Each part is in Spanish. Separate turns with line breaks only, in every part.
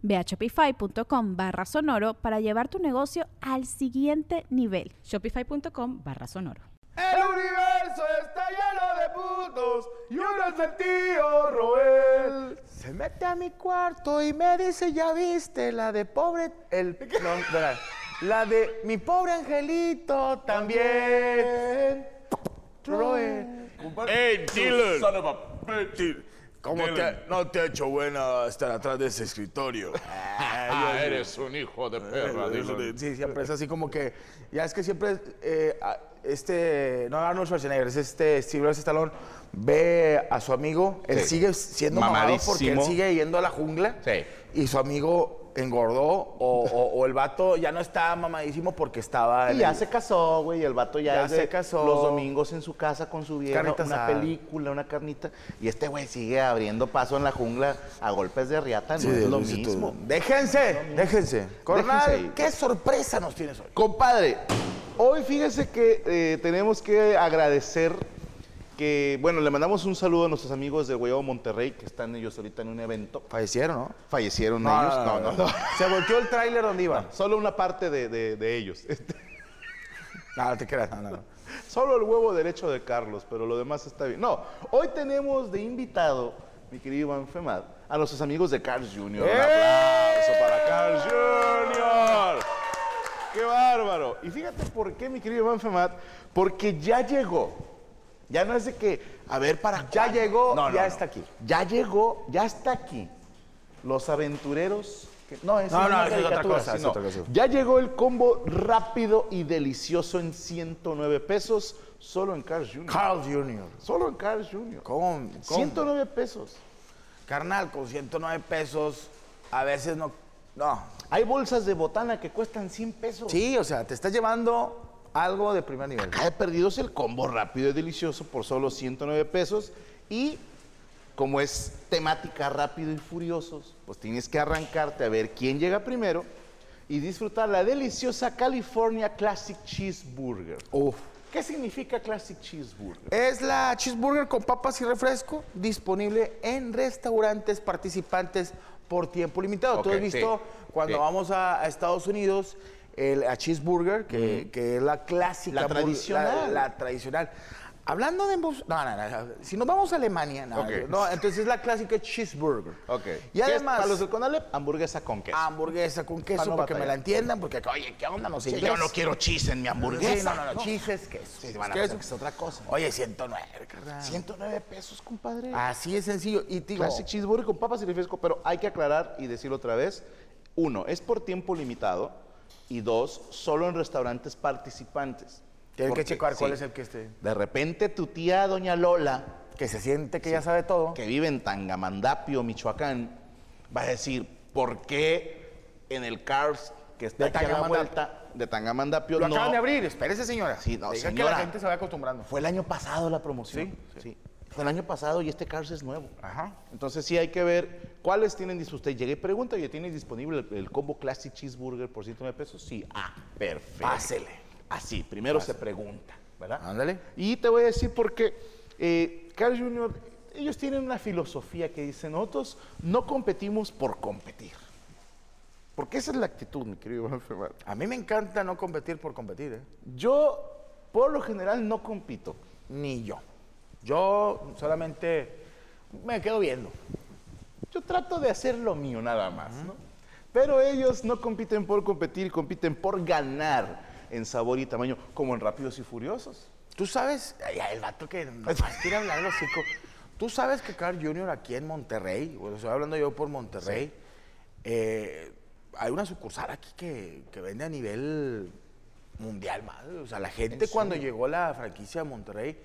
Ve a shopify.com barra sonoro para llevar tu negocio al siguiente nivel.
Shopify.com barra sonoro.
El universo está lleno de putos y uno es el tío Roel. Se mete a mi cuarto y me dice, ya viste, la de pobre... El, no, espera. la de mi pobre angelito también. Roel.
Hey, Dylan.
Son of a bitch.
¿Cómo te, no te ha hecho buena estar atrás de ese escritorio?
Ah, eres un hijo de perra, Dylan.
eh, Sí, siempre es así como que. Ya es que siempre. eh, a- este. No Arnold Schwarzenegger, es este. Silvio Stallone ve a su amigo. Él
Sí.
sigue siendo mamado porque él
Mamadísimo.
sigue yendo a la jungla.
Sí.
Y su amigo engordó o, o- o el vato ya no está mamadísimo porque estaba.
Y
en
ya
el-
se casó, güey, y el vato ya,
Ya
es de
se casó.
Los domingos en su casa con su vieja,
Carnita
una
asada.
película, una carnita. Y este güey sigue abriendo paso en la jungla a golpes de riata, no
Sí,
es lo
Luisito.
mismo.
Déjense, déjense. Cornal,
Déjense ir.
¿qué sorpresa nos tienes hoy?
Compadre, hoy fíjese que eh, tenemos que agradecer que, bueno, le mandamos un saludo a nuestros amigos de Guayabo Monterrey, que están ellos ahorita en un evento.
Fallecieron, ¿no?
Fallecieron
No,
ellos.
no, no, no, Se volteó el tráiler donde iban.
Solo una parte de, de- de ellos.
No, no te creas. No, no, no.
Solo el huevo derecho de Carlos, pero lo demás está bien. No, hoy tenemos de invitado, mi querido Iván Femad, a nuestros amigos de Carl Jr. Un
¡Eh!
aplauso para Carl Jr. ¡Qué bárbaro! Y fíjate por qué, mi querido Iván Femad, porque ya llegó. Ya no es de que, a ver, para
Ya
cuándo.
llegó,
No, no,
ya
no.
está aquí.
Ya llegó, ya está aquí. Los aventureros. que-
No,
no, esa es
no,
una
esa es otra
caricatura,
cosa,
sí,
es
no.
otra cosa.
Ya llegó el combo rápido y delicioso en 109 pesos, solo en Carl Jr.
Carl Jr.
Solo en Carl Jr.
¿Cómo? cómo?
109 pesos.
Carnal, con 109 pesos, a veces no. No.
Hay bolsas de botana que cuestan 100 pesos.
Sí, o sea, te estás llevando algo de primer nivel.
Ha Ah, perdido es el combo rápido y delicioso por solo 109 pesos. Y como es temática rápido y furiosos, pues tienes que arrancarte a ver quién llega primero y disfrutar la deliciosa California Classic Cheeseburger.
Uf.
¿Qué significa Classic Cheeseburger?
Es la cheeseburger con papas y refresco disponible en restaurantes participantes por tiempo limitado. Tú
Ok,
has visto
sí,
cuando
sí.
vamos a, a Estados Unidos el a cheeseburger, que, que es la clásica.
La
bur-
tradicional.
La, la tradicional. Hablando de... embus- No, no, no. Si nos vamos a Alemania, no.
Ok.
no, entonces es la clásica cheeseburger. Y
¿Qué es
además...
para los del Conalep, hamburguesa con queso.
hamburguesa con queso
Para no
para que me la
batallar.
entiendan, porque, oye, ¿qué onda? No sé inglés.
quiero cheese en mi
Sí, no, no, no, cheese es queso.
Sí, van a
Queso,
pensar que es otra cosa.
Oye, 109, carnal.
109 pesos, compadre.
Así es sencillo. Y te digo,
Classic cheeseburger con papas y refresco, pero hay que aclarar y decirlo otra vez. Uno, es por tiempo limitado. Y dos, solo en restaurantes participantes.
Tienen que
Porque,
checar cuál es el que esté.
De repente tu tía Doña Lola,
que se siente que ya sabe todo.
que vive en Tangamandapio, Michoacán, va a decir, ¿por qué en el Cars que está
De
aquí a la
Tangamandapio.
vuelta de Tangamandapio
Lo
no...
acaban de abrir, espérese, señora.
Sí, no,
Deja
señora.
que la gente se vaya acostumbrando.
Fue el año pasado la promoción. Sí, Fue el año pasado y este Cars es nuevo.
Ajá.
Entonces sí hay que ver cuáles tienen disponible. Usted llega y pregunta, ¿ya tienes disponible el, el combo Classic Cheeseburger por 109 pesos? Sí. Ah, perfecto.
Pásele.
Así, primero se pregunta, ¿verdad?
Ándale.
Y te voy a decir por qué. Eh, Carl Jr., ellos tienen una filosofía que dicen, nosotros no competimos por competir. Porque esa es la actitud, mi querido Iván Ferrari.
A mí me encanta no competir por competir, ¿eh?
Yo, por lo general, no compito.
Ni yo. Yo solamente me quedo viendo.
Yo trato de hacer lo mío nada más, ¿no? Pero ellos no compiten por competir, compiten por ganar en sabor y tamaño, como en Rápidos y Furiosos.
Tú sabes, ay, ay, el vato que nomás quiere hablar los cinco. Tú sabes que Carl Jr. aquí en Monterrey, bueno, estoy hablando yo por Monterrey, eh, hay una sucursal aquí que, que vende a nivel mundial, madre. O sea, la gente cuando llegó la franquicia a Monterrey,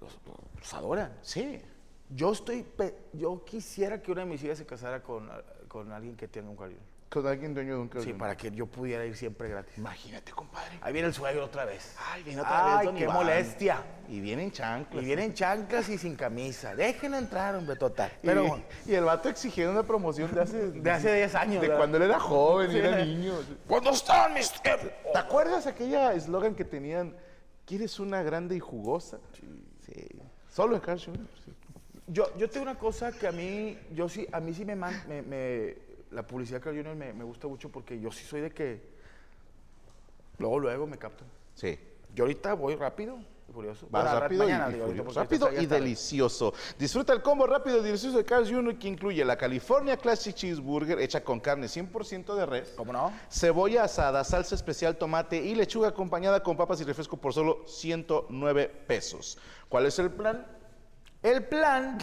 los, los adoran.
Sí.
Yo estoy, pe- yo quisiera que una de mis hijas se casara con, con alguien que tenga un Carl Jr.
Con alguien dueño de un Carl
Sí,
Jr.
para que yo pudiera ir siempre gratis.
Imagínate, compadre.
Ahí viene el suegro otra vez.
Ay, viene otra vez
Ay,
don
qué
Iván.
molestia.
Y vienen chanclas.
Y vienen chanclas y sin camisa. Déjenlo entrar, hombre, total.
Y-
Pero
y, el vato exigiendo una promoción de hace...
de hace 10 años.
De
¿verdad?
cuando él era joven, y era niño.
¿Cuándo están mis tiempos?
¿Te acuerdas aquella eslogan que tenían? ¿Quieres una grande y jugosa? Sí. Solo en Carl Jr. sí.
Yo, yo tengo una cosa que a mí, yo sí, a mí sí me, man- me- me- la publicidad Carl Jr. Me, me gusta mucho porque yo sí soy de que luego, luego me capto.
Sí.
Yo ahorita voy rápido y furioso.
Vas
Bueno,
rápido
mañana,
y,
digo, ahorita, porque
rápido
ahorita
y
ya tarde.
delicioso. Disfruta el combo rápido y delicioso de Carl Jr. que incluye la California Classic Cheeseburger hecha con carne 100% de res.
¿Cómo no?
Cebolla asada, salsa especial, tomate y lechuga acompañada con papas y refresco por solo 109 pesos. ¿Cuál es el plan?
El plan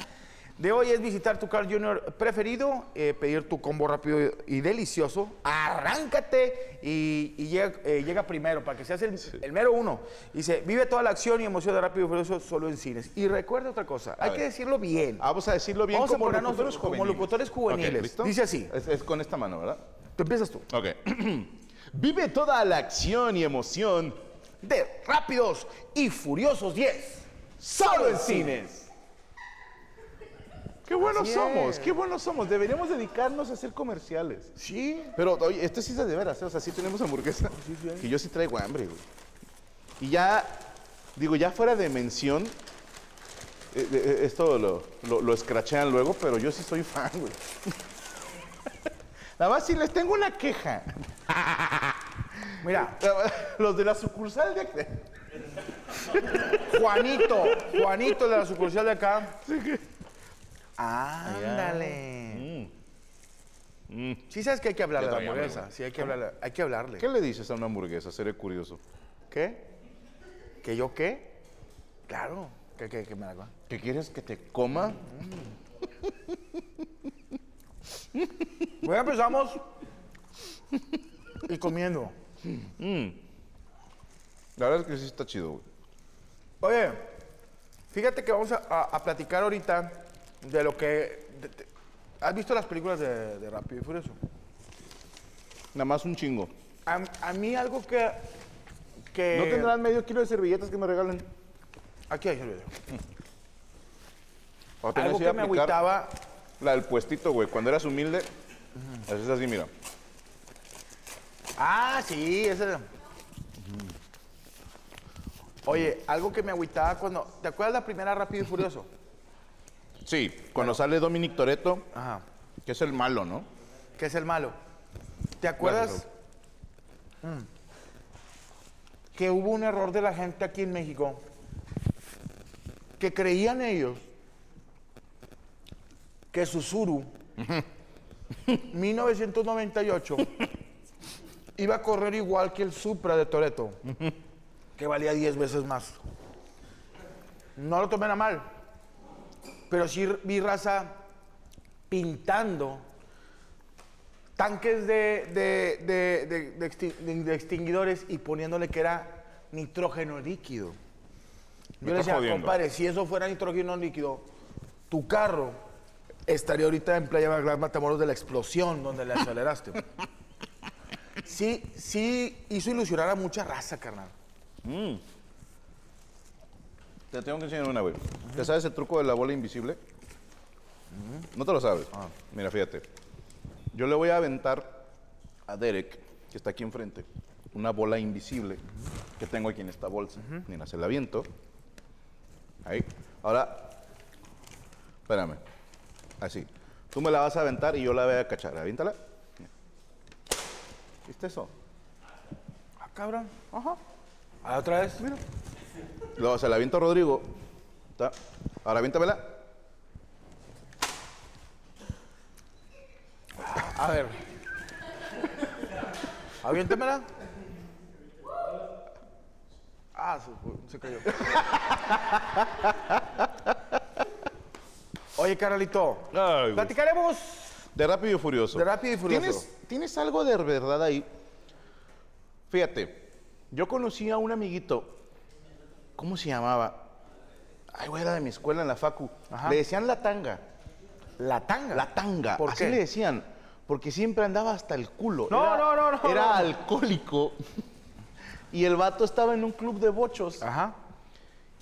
de hoy es visitar tu Carl Jr. preferido, eh, pedir tu combo rápido y delicioso. Arráncate y, y llega, eh, llega primero para que seas el, el mero uno. Dice, vive toda la acción y emoción de Rápido y Furioso solo en cines. Y recuerda otra cosa, hay
ver.
que decirlo bien.
Ah, Vamos a decirlo bien
Vamos a
como,
ponernos
locutores
como
juveniles.
locutores juveniles.
Ok, ¿listo? Eh.
Dice así.
Es, es con esta mano, ¿verdad?
Tú empiezas tú.
Ok. Vive toda la acción y emoción
De Rápidos y Furiosos 10.
solo en cines. Qué buenos somos, qué buenos somos. Deberíamos dedicarnos a hacer comerciales.
Sí.
Pero, oye, este sí es de veras, ¿eh? o sea, sí tenemos hamburguesa. Que yo sí traigo hambre, güey. Y ya, digo, ya fuera de mención, eh, eh, esto lo, lo, lo escrachean luego, pero yo sí soy fan, güey. Nada más si les tengo una queja.
Mira,
Los de la sucursal de acá.
Juanito, Juanito de la sucursal de acá. Ándale. Sí sabes que hay que hablarle a la
Mm. Yo también,
hamburguesa. Sí, hay que hablarle. Hay que hablarle.
¿Qué le dices a una hamburguesa? Seré curioso.
¿Qué? ¿Que yo qué? Claro. ¿Que, que, que me la coma.
¿Qué quieres que te coma?
Bueno, empezamos. Y comiendo.
La verdad es que sí está chido, güey.
Oye, fíjate que vamos a, a- a platicar ahorita de lo que... de- de- ¿Has visto las películas de, de Rápido y Furioso?
Nada más un chingo.
A, a mí algo que... que
¿No tendrán medio kilo de servilletas que me regalen?
Aquí hay servicio.
O tenés
Algo
ir a
que me
aplicar
agüitaba
La del puestito, güey. Cuando eras humilde, haces así, mira.
Ah, sí, ese era. Oye, algo que me agüitaba cuando. ¿Te acuerdas la primera Rápido y Furioso?
Sí, cuando sale Dominic Toreto,
Ajá.
que es el malo, ¿no?
Que es el malo. ¿Te acuerdas?
Gracias,
Mm. Que hubo un error de la gente aquí en México. Que creían ellos que Susuru, 1998, iba a correr igual que el Supra de Toreto, que valía 10 veces más. No lo tomen a mal, pero sí vi raza pintando tanques de, de- de- de- de extin- de- de extinguidores y poniéndole que era nitrógeno líquido.
Me
Yo le
estás
decía,
jodiendo.
compadre, si eso fuera nitrógeno líquido, tu carro estaría ahorita en Playa Maglar Matamoros de la explosión donde le aceleraste. sí, sí hizo ilusionar a mucha raza, carnal.
Te tengo que enseñar una, güey. ¿Te sabes el truco de la bola invisible? No te lo sabes. Mira, fíjate. Yo le voy a aventar a Derek, que está aquí enfrente, una bola invisible que tengo aquí en esta bolsa. Mira, se la aviento. Ahí. Ahora, espérame. Así. Tú me la vas a aventar y yo la voy a cachar. Aviéntala. ¿Viste eso?
Ah, cabrón. Ajá. Ah, otra vez. Mira.
Luego se la aviento a Rodrigo. Ta. Ahora aviéntamela.
A ver. Aviéntemela. Ah, se, se cayó. Oye, Carolito,
Ay, güey.
platicaremos
De Rápido y Furioso.
De Rápido y Furioso.
¿Tienes, tienes algo de verdad ahí? Fíjate, yo conocí a un amiguito. ¿Cómo se llamaba? Ay, güey, era de mi escuela en la facu.
Ajá.
Le decían la tanga.
la tanga.
La tanga.
¿Por
Así
qué?
le decían. Porque siempre andaba hasta el culo.
No,
Era-
no, no, no,
Era
no.
alcohólico. Y el vato estaba en un club de bochos.
Ajá.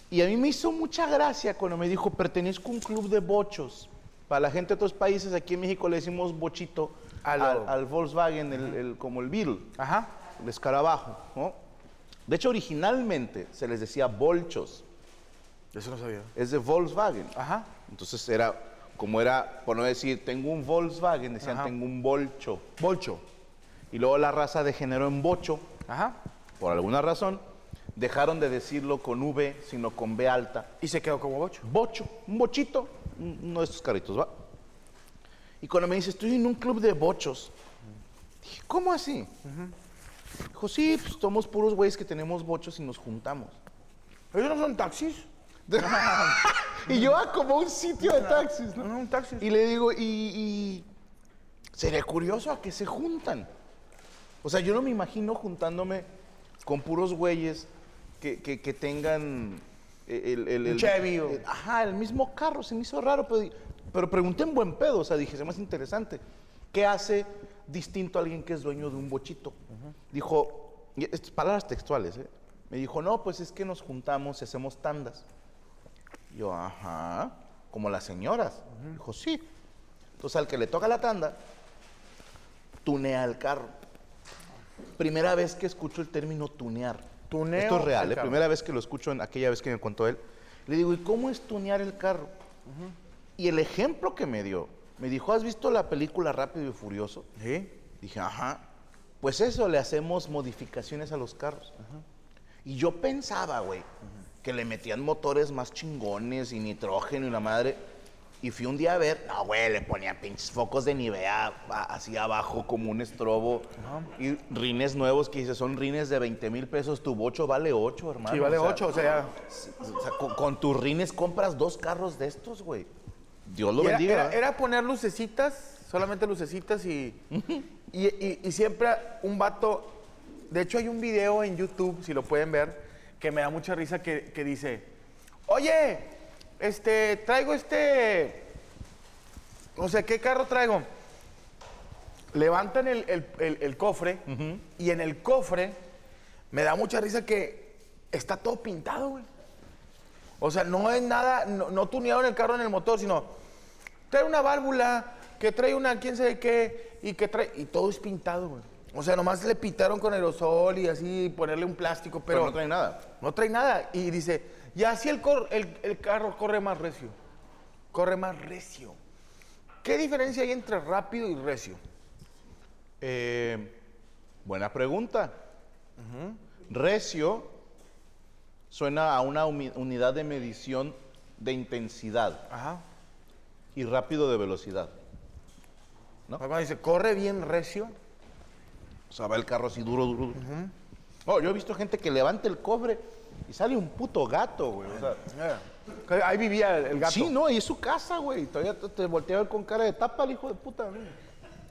Y a mí me hizo mucha gracia cuando me dijo, pertenezco a un club de bochos. Para la gente de otros países, aquí en México le decimos bochito al,
Al-
al Volkswagen, el- el- como el Beetle,
Ajá.
el escarabajo. ¿no? De hecho, originalmente se les decía bolchos,
Eso no sabía.
es de Volkswagen.
Ajá.
Entonces era, como era, por no decir, tengo un Volkswagen, decían,
Ajá.
tengo un bolcho.
Bolcho.
Y luego la raza degeneró en bocho,
Ajá.
por alguna razón. Dejaron de decirlo con V, sino con B alta.
Y se quedó como bocho.
bocho, un bochito, un- uno de estos carritos, ¿va? Y cuando me dice, estoy en un club de bochos, dije, ¿cómo así? Dijo, sí, pues somos puros güeyes que tenemos bochos y nos juntamos.
Ellos no son taxis.
Y yo, ah, como un sitio de taxis,
No,
¿no?
no, un taxi.
Y le digo, y, y sería curioso a que se juntan. O sea, yo no me imagino juntándome con puros güeyes que, que- que tengan eh, el, el- el-
Un Chevy o-
el- ajá, el mismo carro. Se me hizo raro, pero, di- pero pregunté en buen pedo. O sea, dije, se me hace interesante. ¿Qué hace distinto a alguien que es dueño de un bochito? Dijo, y estas palabras textuales, ¿eh? Me dijo, no, pues es que nos juntamos y hacemos tandas. Yo, ajá, como las señoras. Dijo, sí. Entonces al que le toca la tanda, tunea el carro. Primera vez que escucho el término tunear.
Tuneo
Esto es real,
el
¿eh?
carro.
primera vez que lo escucho en aquella vez que me contó él. Le digo, ¿y cómo es tunear el carro? Y el ejemplo que me dio, me dijo, ¿has visto la película Rápido y Furioso?
Sí.
Dije, ajá. Pues eso, le hacemos modificaciones a los carros. Y yo pensaba, güey, que le metían motores más chingones y nitrógeno y la madre. Y fui un día a ver, no, güey, le ponían pinches focos de Nivea a- así abajo como un estrobo. Y rines nuevos que dice, son rines de 20 mil pesos, tu bocho vale 8, hermano.
Sí, vale
o sea,
ocho, o sea,
o sea, con, con tus rines compras dos carros de estos, güey. Dios lo
Y era,
bendiga. ¿eh?
era-
¿verdad?
era poner lucecitas, solamente lucecitas y, y, y- y siempre un vato. De hecho, hay un video en YouTube, si lo pueden ver, que me da mucha risa que, que dice: Oye, este, traigo este. O sea, ¿qué carro traigo? Levantan el, el- el- el cofre y en el cofre me da mucha risa que está todo pintado, güey. O sea, no es nada, no, no tunearon el carro en el motor, sino trae una válvula, que trae una quién sabe qué, y que trae. Y todo es pintado, güey. O sea, nomás le pintaron con aerosol y así, ponerle un plástico, pero.
Pero no trae nada.
No trae nada. Y dice, y así el, cor- el, el carro corre más recio. Corre más recio. ¿Qué diferencia hay entre rápido y recio?
Eh, buena pregunta. Recio suena a una umi- unidad de medición de intensidad
Ajá.
y rápido de velocidad.
Cuando dice, corre bien recio.
O sea, va el carro así duro, duro. duro. Oh, yo he visto gente que levanta el cobre y sale un puto gato, güey. O sea,
Eh, Ahí vivía el, el gato.
sí, no, y es su casa, güey. Todavía te, te voltea a ver con cara de tapa el hijo de puta. güey.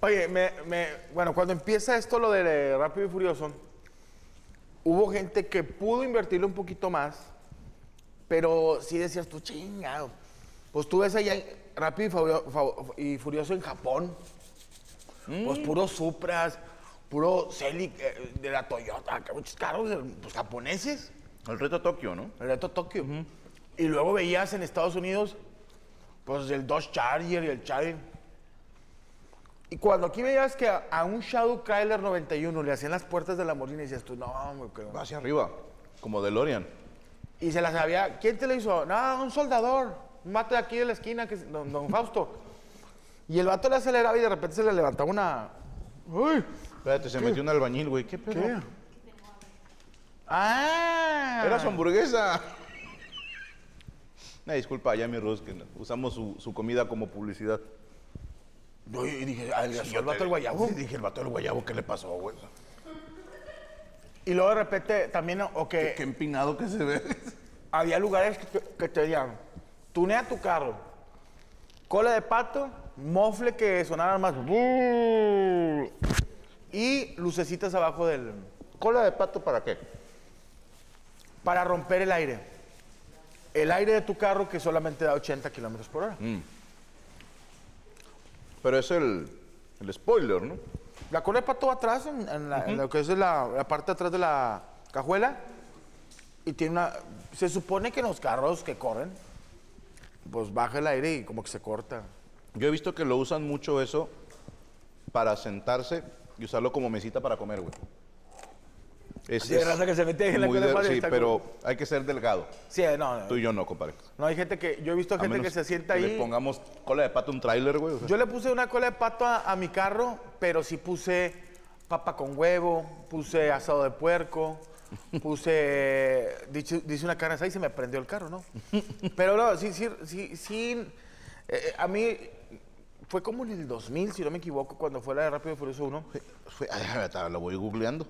Oye, me, me- bueno, cuando empieza esto lo de Rápido y Furioso, hubo gente que pudo invertirle un poquito más, pero sí decías tú, chingado. Pues tú ves allá en Rápido y, Fabio- Fa- y Furioso en Japón, pues puros Supras, puro Celic eh, de la Toyota, acá muchos carros de- pues, japoneses,
El reto Tokio, ¿no?
el reto Tokio. Y luego veías en Estados Unidos, pues el Dodge Charger y el Charger. Y cuando aquí veías que a, a un Shadow Chrysler 91 le hacían las puertas de la Lamborghini y decías tú, no, güey, que no".
Va hacia arriba, como DeLorean.
Y se las había, ¿quién te lo hizo? No, un soldador, un vato de aquí de la esquina, que es don, don Fausto. Y el vato le aceleraba y de repente se le levantaba una... ¡Uy!
Espérate, se metió un albañil, güey. ¿Qué pedo?
¿Qué? ¡Ah!
Era su hamburguesa. Una disculpa, Yami Rus, que usamos su, su comida como publicidad.
Yo- Y dije, "Ay, le
Sí,
azotó
yo
el vato
te-
del guayabo.
sí, dije, el vato del guayabo, ¿qué le pasó, güey?
Y luego de repente también, o que
Qué empinado que se ve.
había lugares que te, que te decían, tunea tu carro, cola de pato, mofle que sonara más, "Buuu", y lucecitas abajo del,
¿Cola de pato para qué?
para romper el aire. El aire de tu carro que solamente da 80 kilómetros por hora.
Pero es el, el spoiler, ¿no?
La cola de pato va atrás, en, en la- en lo que es la, la parte de atrás de la cajuela. Y tiene una. Se supone que en los carros que corren, pues baja el aire y como que se corta.
Yo he visto que lo usan mucho eso para sentarse y usarlo como mesita para comer, güey. Es,
Sí, hay raza que se mete en la
muy
cola de
de-
pato y
Sí,
está
pero hay que ser delgado.
Sí, no,
Tú
no.
y yo no, compadre.
No hay gente que. Yo he visto
A
gente que
menos
se sienta
que
ahí.
Le pongamos cola de pato a un tráiler, güey. o sea.
Yo le puse una cola de pato a, a mi carro, pero sí puse papa con huevo, puse asado de puerco, puse. Dice, dice una carne asada y se me prendió el carro, ¿no? Pero no, sí, sí, sí. sí, eh, a mí fue como en el 2000, si no me equivoco, cuando fue la de Rápido y Furioso 1.
Fue- ay, ay, ahorita lo voy googleando.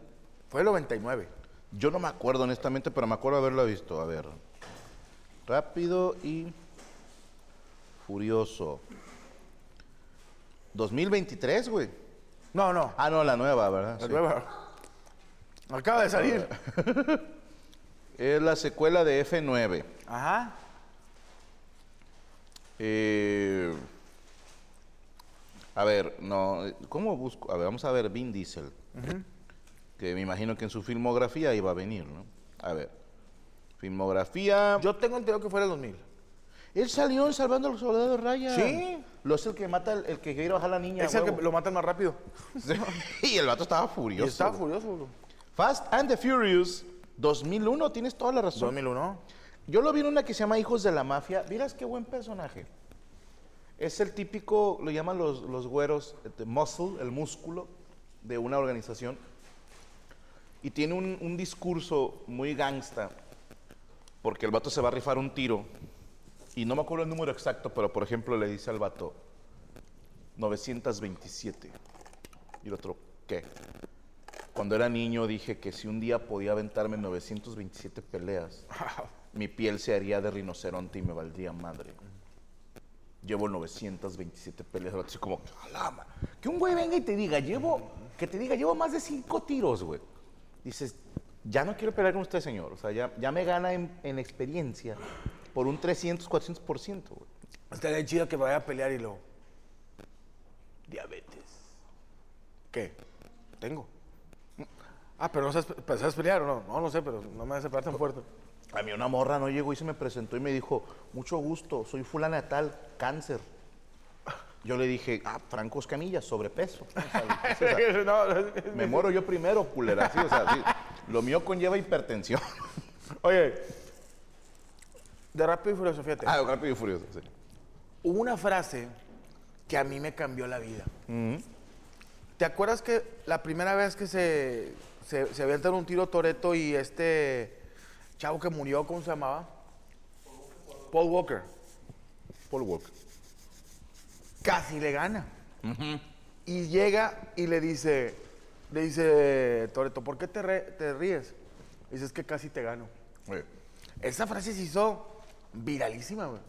Fue el 99.
Yo no me acuerdo, honestamente, pero me acuerdo haberla visto. A ver. Rápido y furioso. 2023, güey.
No, no.
Ah, no, la nueva, ¿verdad?
la
Sí.
nueva. Acaba de salir.
Es la secuela de F9.
Ajá.
Eh, a ver, no, eh, ¿cómo busco? A ver, vamos a ver Vin Diesel. Que me imagino que en su filmografía iba a venir, ¿no? A ver. Filmografía.
Yo tengo entendido que fue el 2000.
Él salió en salvando a los soldados Ryan.
Sí.
Lo es el que mata, el, el que quiere bajar a la niña.
Es el que
huevo.
lo matan más rápido.
y el vato estaba
Y
furioso.
estaba
güey.
furioso, bro.
Fast and the Furious 2001, tienes toda la razón.
2001.
Yo lo vi en una que se llama Hijos de la Mafia. Miras qué buen personaje. Es el típico, lo llaman los, los güeros, este, muscle, el músculo de una organización. Y tiene un, un discurso muy gangsta, porque el vato se va a rifar un tiro. Y no me acuerdo el número exacto, pero por ejemplo le dice al vato 927. Y el otro, ¿qué? Cuando era niño dije que si un día podía aventarme 927 peleas, mi piel se haría de rinoceronte y me valdría madre. Llevo 927 peleas, así como, alama. Que un güey venga y te diga, llevo, que te diga, llevo más de cinco tiros, güey. Dices, ya no quiero pelear con usted, señor. O sea, ya, ya me gana en, en experiencia por un 300, 400%, güey.
Estaría chido que vaya a pelear y luego. Diabetes. ¿Qué? Tengo. Ah, pero no sabes, pe- ¿sabes pelear o no? No, no sé, pero no me vas a pelear tan fuerte.
A mí una morra no llegó y se me presentó y me dijo, mucho gusto, soy fulana de tal, cáncer. Yo le dije, ah, Franco Escamilla, sobrepeso. O sea, o sea,
No, no,
me muero yo primero, culera. Sí, o sea, sí. Lo mío conlleva hipertensión.
Oye, de rápido y furioso, fíjate.
ah, rápido y furioso, sí.
Hubo una frase que a mí me cambió la vida. ¿Te acuerdas que la primera vez que se, se, se avientan un tiro Toreto y este chavo que murió, ¿cómo se llamaba? Paul Walker.
Paul Walker.
Casi le gana. Y llega y le dice, le dice Toreto, ¿por qué te, re- te ríes? Dice, es que casi te gano.
Oye,
Esa frase se hizo viralísima, güey.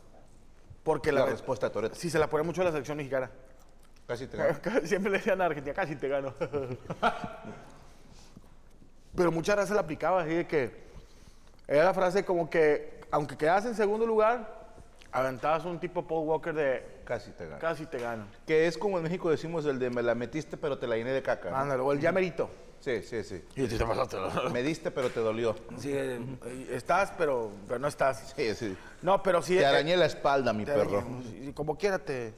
Porque la,
La respuesta de Toretto.
Sí, se la pone mucho a la selección mexicana.
Casi te gano.
Siempre le decían a Argentina, casi te gano. Pero muchas veces la aplicaba así de que era la frase como que, aunque quedas en segundo lugar, aventabas un tipo Paul Walker de
Casi te gano.
casi te gano.
Que es como en México decimos el de me la metiste pero te la llené de caca. ¿no?
Ándale, o el llamerito.
Sí, sí, sí.
Y te pasaste.
Me diste pero te dolió.
Sí, eh, eh, estás, pero, pero no estás.
Sí, sí.
No, pero sí.
Te
eh,
arañé la espalda, mi
te
perro.
arañé, pues, y Como quiera te,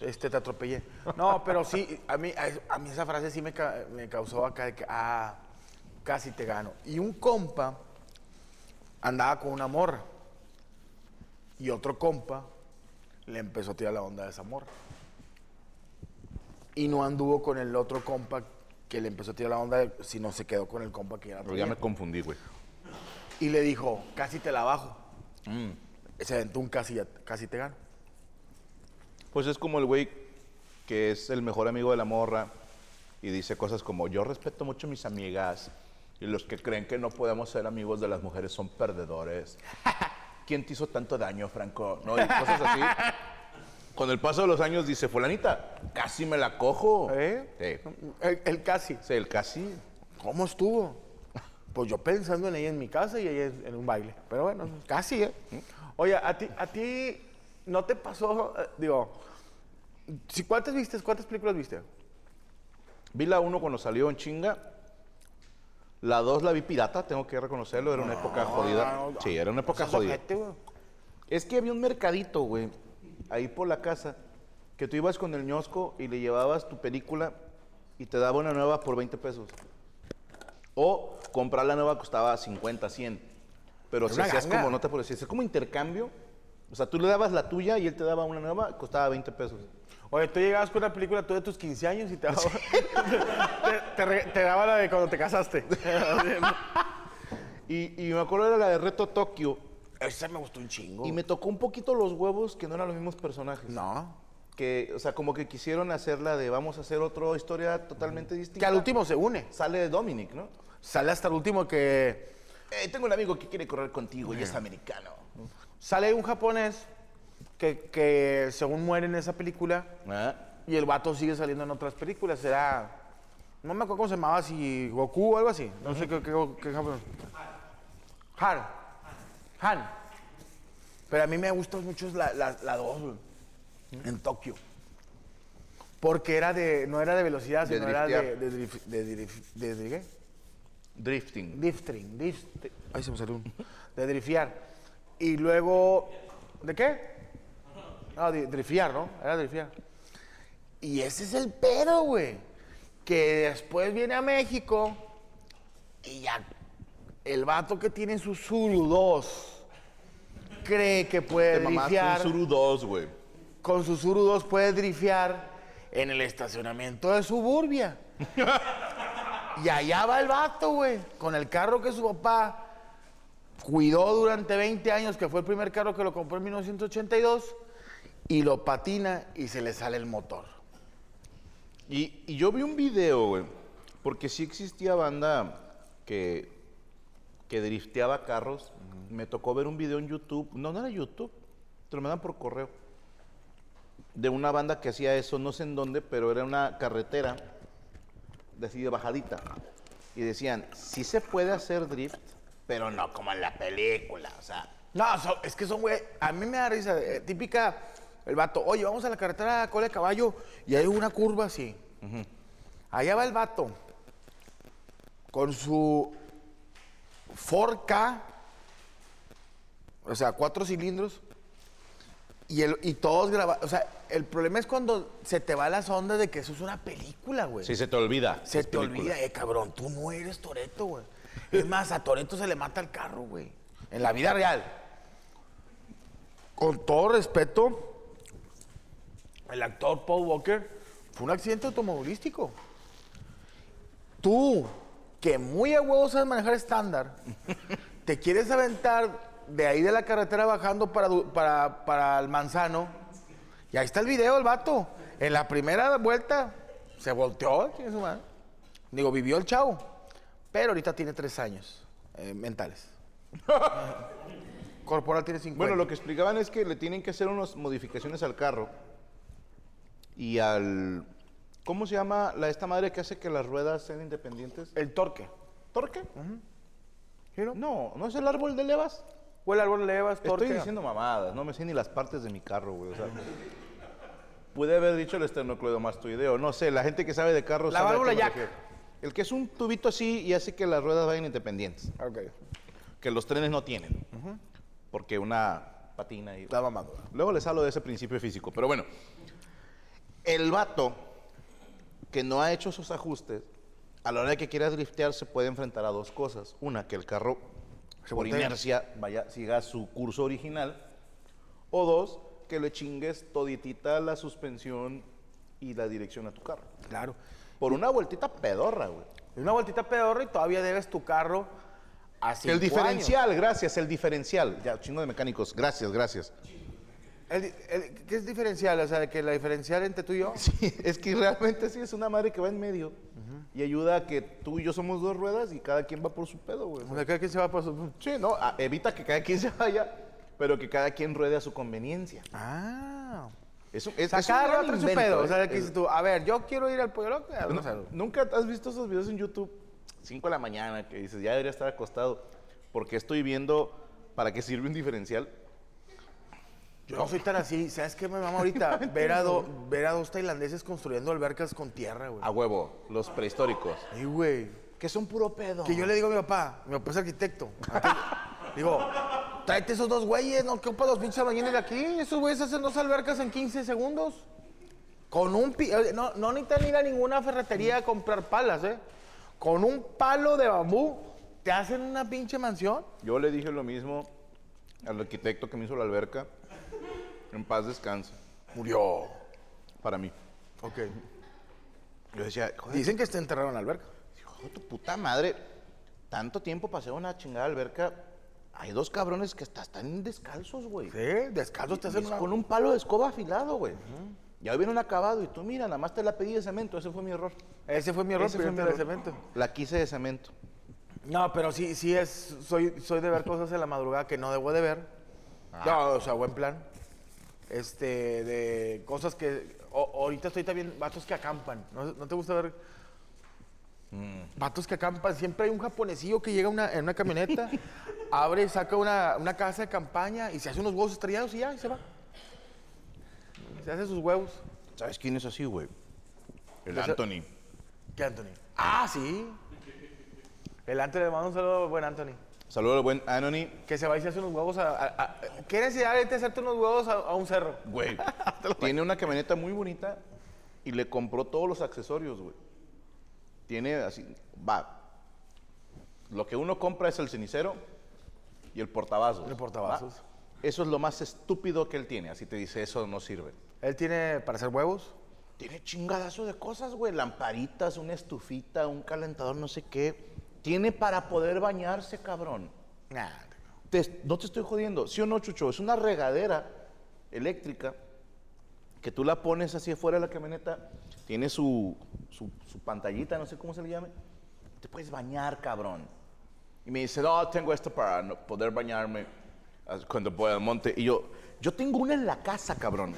este, te atropellé. No, pero sí, a mí, a, a mí esa frase sí me, ca- me causó acá de que, ah, casi te gano. Y un compa andaba con una morra. Y otro compa le empezó a tirar la onda de esa morra. Y no anduvo con el otro compa que le empezó a tirar la onda, de- sino se quedó con el compa que era
Pero ya me confundí, güey.
y le dijo, casi te la bajo.
Mm.
Se aventó un casi, casi te gano.
Pues es como el güey que es el mejor amigo de la morra y dice cosas como, yo respeto mucho a mis amigas,
Y los que creen que no podemos ser amigos de las mujeres son perdedores. ¿Quién te hizo tanto daño, Franco? ¿No? Y cosas así. Con el paso de los años dice, fulanita, casi me la cojo.
¿Eh?
Sí.
El, el casi.
Sí, el casi.
¿Cómo estuvo? Pues yo pensando en ella en mi casa y ella en un baile. Pero bueno, casi, ¿eh? Oye, a ti, a ti no te pasó, eh, digo, si cuántas viste, cuántas películas viste?
Vi la 1 cuando salió en chinga. La 2 la vi pirata, tengo que reconocerlo, era una época jodida. Sí, era una época
Seas
jodida.
Pues ojete, güey.
Es que había un mercadito, güey, ahí por la casa, que tú ibas con el ñosco y le llevabas tu película y te daba una nueva por 20 pesos. O comprar la nueva costaba 50, 100. Pero
Era
si
una
hacías
ganga.
como, no te puedo decir, es como intercambio. O sea, tú le dabas la tuya y él te daba una nueva, costaba 20 pesos.
Oye, tú llegabas con una película tú de tus 15 años y te daba, te, te re- te daba la de cuando te casaste.
Y, y me acuerdo era la de Reto Tokio.
Esa me gustó un chingo.
Y me tocó un poquito los huevos que no eran los mismos personajes.
No.
Que, o sea, como que quisieron hacerla de vamos a hacer otra historia totalmente
Que
distinta.
al último se une.
sale Dominic, ¿no?
Sale hasta el último que
Eh, tengo un amigo que quiere correr contigo y es americano.
sale un japonés que, que según muere en esa película
Ah,
y el vato sigue saliendo en otras películas. Era, no me acuerdo cómo se llamaba, si Goku o algo así. No sé qué, qué, qué japonés. Han. Han. Pero a mí me gusta mucho la, la, la dos, güey, en Tokio. Porque era de, no era de velocidad,
De
sino era de,
driftear.
de, drif- de, drif- de, de- ¿qué?
Drifting.
Drifting, drift. Ahí se me salió un. De drifiar. Y luego. ¿De qué? No, de, drifiar, ¿no? Era drifiar. Y ese es el pedo, güey. Que después viene a México y ya. El vato que tiene su Zuru 2 cree que puede
Te mamaste un
drifiar.
Zuru 2, güey.
Con su Zuru 2 puede drifiar en el estacionamiento de suburbia. Y allá va el vato, güey, con el carro que su papá cuidó durante 20 años, que fue el primer carro que lo compró en 1982, y lo patina y se le sale el motor.
Y, y yo vi un video, güey, porque sí existía banda que, que drifteaba carros. Me tocó ver un video en YouTube. No, no era YouTube. Te lo mandan por correo. De una banda que hacía eso, no sé en dónde, pero era una carretera de así de bajadita. Y decían, sí se puede hacer drift, pero no como en la película. O sea,
No, so- es que son, güey, a mí me da risa, eh, típica, el vato, oye, vamos a la carretera Cola de Caballo y hay una curva así. Allá va el vato con su forca, o sea, cuatro cilindros, y, el, y todos grabados. O sea, el problema es cuando se te va las ondas de que eso es una película, güey.
sí se te olvida.
Se
es
te
película.
olvida, eh, cabrón, tú no eres Toreto, güey. Es más, a Toreto se le mata el carro, güey. En la vida real. Con todo respeto, el actor Paul Walker fue un accidente automovilístico. Tú, que muy a huevo sabes manejar estándar, te quieres aventar de ahí de la carretera bajando para, du- para, para el manzano. Y ahí está el video, el vato. En la primera vuelta se volteó, chingue su madre. Digo, vivió el chavo. Pero ahorita tiene tres años eh, mentales. Corporal tiene 50.
Bueno, lo que explicaban es que le tienen que hacer unas modificaciones al carro y al... ¿Cómo se llama la esta madre que hace que las ruedas sean independientes?
El Eh, torque.
¿Torque? No, ¿no es el árbol de levas?
O el árbol levas, torque.
Estoy diciendo mamadas, no me sé ni las partes de mi carro, güey. O sea, pude haber dicho el esternocleidomastoideo, no sé, la gente que sabe de carros...
La
sabe a qué
válvula
me
Jack.
refiero. El que es un tubito así y hace que las ruedas vayan independientes,
Ok.
que los trenes no tienen, porque una patina y...
Está mamado.
Luego les hablo de ese principio físico, pero bueno. El vato que no ha hecho esos ajustes, a la hora de que quiera driftear, se puede enfrentar a dos cosas. Una, que el carro, por
voltea.
inercia, vaya, siga su curso original. O dos, que le chingues toditita la suspensión y la dirección a tu carro.
Claro.
Por una vueltita pedorra, güey.
Una vueltita pedorra y todavía debes tu carro a
el
cinco años.
diferencial, gracias, el diferencial. Ya, chingo de mecánicos, gracias, gracias.
El- el- ¿Qué es diferencial? O sea, que la diferencial entre tú y yo.
Sí, es que realmente sí es una madre que va en medio y ayuda a que tú y yo somos dos ruedas y cada quien va por su pedo, güey.
O sea, cada quien se va por su...
Sí, no, a- evita que cada quien se vaya, pero que cada quien ruede a su conveniencia.
Ah.
Es un, es,
O sea,
es un
cada
gran
rato trae su
invento,
pedo.
¿eh?
O sea, que
Es-
dices tú, a ver, yo quiero ir al pollo loco.
No,
Vamos a ver.
¿Nunca has visto esos videos en YouTube? 5 de la mañana, que dices, ya debería estar acostado, porque estoy viendo para qué sirve un diferencial.
Yo no soy tan así. ¿Sabes qué me mama ahorita? ver, a do- ver a dos tailandeses construyendo albercas con tierra, güey.
A huevo, los prehistóricos.
Ay, güey.
Que son puro pedo.
Ah, Que yo le digo a mi papá, mi papá es arquitecto. arquitecto, digo, tráete esos dos güeyes, no ocupa los pinches albañiles de aquí. Esos güeyes hacen dos albercas en 15 segundos. Con un pi- eh, no, no necesitan ir a ninguna ferretería a comprar palas, ¿eh? Con un palo de bambú te hacen una pinche mansión.
Yo le dije lo mismo al arquitecto que me hizo la alberca. En paz descanse,
Murió.
para mí.
Ok.
Yo decía, joder,
Dicen que está enterrado en la alberca.
hijo de tu puta madre, tanto tiempo pasé una chingada alberca. Hay dos cabrones que hasta están descalzos, güey.
Sí, descalzo te hacen
Es
una...
Con un palo de escoba afilado, güey. Ya viene un acabado y tú, mira, nada más te la pedí de cemento. Ese fue mi error.
Ese fue mi error,
Ese fue
pedirte
mi
la de
error.
cemento.
La quise de cemento.
No, pero sí, sí es. Soy, soy de ver cosas en la madrugada que no debo de ver.
Ah.
No, o sea, buen plan. Este, de cosas que. o- ahorita estoy también. Vatos que acampan. ¿No, no te gusta ver?
Mm.
Vatos que acampan. Siempre hay un japonesillo que llega una- en una camioneta, abre y saca una, una casa de campaña y se hace unos huevos estrellados y ya, y se va. Se hace sus huevos.
¿Sabes quién es así, güey? El
Ese-
Anthony.
¿Qué, Anthony? Ah, sí. El Anthony, le mando un saludo al buen Anthony.
Saludos al buen Anthony.
Que se va y se hace unos huevos a... a- a- ¿Qué necesidad hay de hacerte unos huevos a, a un cerro?
Güey, tiene una camioneta muy bonita y le compró todos los accesorios, güey. Tiene así, va. Lo que uno compra es el cenicero y el portavasos.
El portavasos.
¿va? Eso es lo más estúpido que él tiene. Así te dice, eso no sirve.
Él tiene para hacer huevos.
Tiene chingadazo de cosas, güey. Lamparitas, una estufita, un calentador, no sé qué. Tiene para poder bañarse, cabrón.
Nah.
Te- no te estoy jodiendo. ¿Sí o no, Chucho? Es una regadera eléctrica que tú la pones así afuera de la camioneta. Tiene su, su, su pantallita, no sé cómo se le llame. Te puedes bañar, cabrón. Y me dice, no, tengo esto para no poder bañarme as- cuando voy al monte. Y yo, yo tengo una en la casa, cabrón.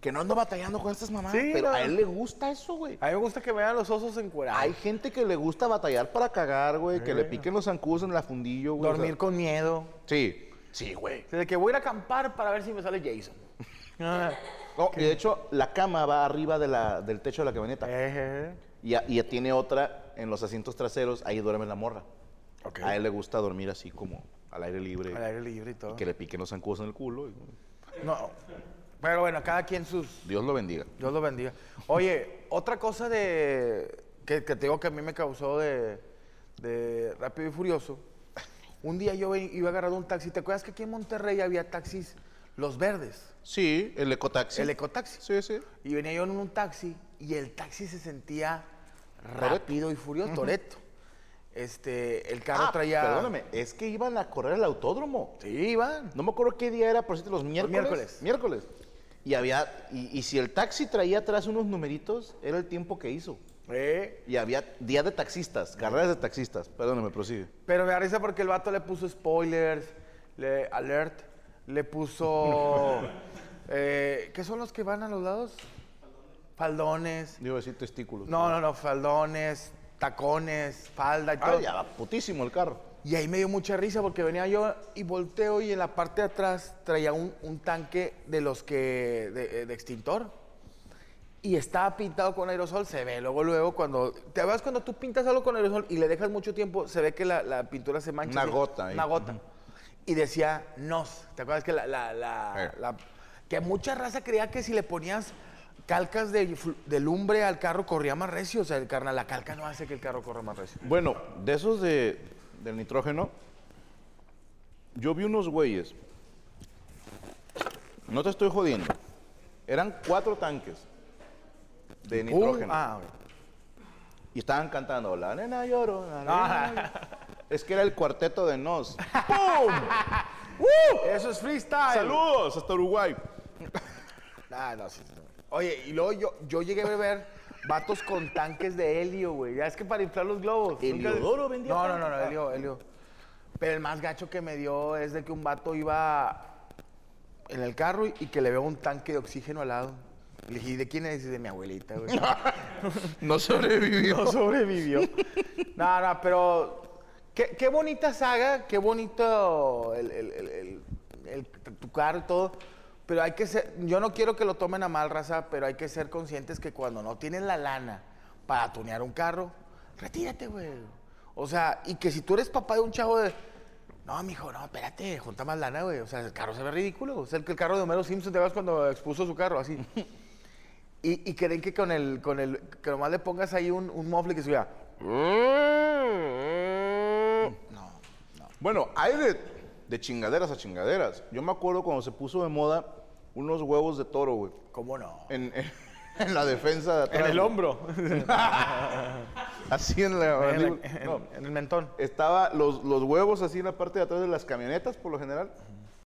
Que no ando batallando con estas mamás.
Sí,
pero
no.
a él le gusta eso, güey.
A mí me gusta que me vean los osos encuerados.
Hay gente que le gusta batallar para cagar, güey. Que le piquen los zancudos en la fundillo, güey. o sea,
Dormir con miedo.
Sí. Sí, güey.
O sea, de que voy a ir a acampar para ver si me sale Jason. Ah,
No, y de hecho, la cama va arriba de la- del techo de la camioneta.
eh, eh.
Y, a- y tiene otra en los asientos traseros, ahí duerme la morra.
Ok.
A él le gusta dormir así como al aire libre.
Al aire libre y
y
todo.
que le piquen los zancudos en el culo. y-
No. Pero bueno, cada quien sus...
Dios lo bendiga.
Dios los bendiga. Oye, otra cosa de que, que te digo que a mí me causó de, de Rápido y Furioso. Un día yo ven- iba agarrando un taxi. ¿Te acuerdas que aquí en Monterrey había taxis los verdes?
Sí, el ecotaxi.
El ecotaxi.
Sí, sí.
Y venía yo en un taxi y el taxi se sentía
Toretto.
rápido y furioso, Toreto. Este, el carro
Ah,
traía.
Perdóname, es que iban a correr al autódromo.
Sí, iban.
No me acuerdo qué día era, por cierto, los miércoles.
miércoles.
Miércoles. Y había, y, y si el taxi traía atrás unos numeritos, era el tiempo que hizo.
Eh,
Y había día de taxistas, carreras de taxistas. Perdóname, prosigue.
Pero me da risa porque el vato le puso spoilers, le alert, le puso. eh, ¿Qué son los que van a los lados? Faldones.
Digo decir testículos.
No, no, no, faldones, tacones, falda y
Ah,
todo.
ya va putísimo el carro.
Y ahí me dio mucha risa porque venía yo y volteo y en la parte de atrás traía un, un tanque de los que. de, de extintor. Y estaba pintado con aerosol, se ve luego, luego, cuando. ¿Te acuerdas cuando tú pintas algo con aerosol y le dejas mucho tiempo, se ve que la, la pintura se mancha?
Una
así,
gota ahí.
Una gota. Y decía nos. ¿Te acuerdas que la. la- la-
Eh.
la- que mucha raza creía que si le ponías calcas de, flu- de lumbre al carro corría más recio. O sea, el carnal, la calca no hace que el carro corra más recio.
Bueno, de esos de, del nitrógeno, yo vi unos güeyes. No te estoy jodiendo. Eran cuatro tanques de nitrógeno.
Uh, ah, ok.
Y estaban cantando, la nena lloro, la nena lloro". Es que era el cuarteto de Nos. ¡Pum!
Eso es freestyle.
Saludos hasta Uruguay.
Ah, no, sí, sí, no. Oye, y luego yo, yo llegué a ver vatos con tanques de helio, güey. Ya es que para inflar los globos.
Nunca-
¿Heliodoro No, no, no, no, helio, helio. Pero el más gacho que me dio es de que un vato iba en el carro y, y que le veo un tanque de oxígeno al lado. Le dije, ¿y de quién es? Y de mi abuelita, güey.
No sobrevivió.
No sobrevivió. no, no, pero qué, qué bonita saga, qué bonito el, el- el- el- el- tu carro y todo. Pero hay que ser, yo no quiero que lo tomen a mal, raza, pero hay que ser conscientes que cuando no tienes la lana para tunear un carro, retírate, güey. O sea, y que si tú eres papá de un chavo de, no, mijo, no, espérate, junta más lana, güey. O sea, el carro se ve ridículo. O sea, el, que el carro de Homero Simpson, te vas cuando expuso su carro, así. Y, y creen que con el, con el, que nomás le pongas ahí un, un mofle que suba. No.
Bueno, hay de, de chingaderas a chingaderas. Yo me acuerdo cuando se puso de moda unos huevos de toro, güey.
¿Cómo no?
En, en- en la defensa de atrás.
En el
güey.
hombro.
Así en la.
En,
mandíbula.
la- en-
No,
en el mentón.
estaba los, los huevos así en la parte de atrás de las camionetas, por lo general.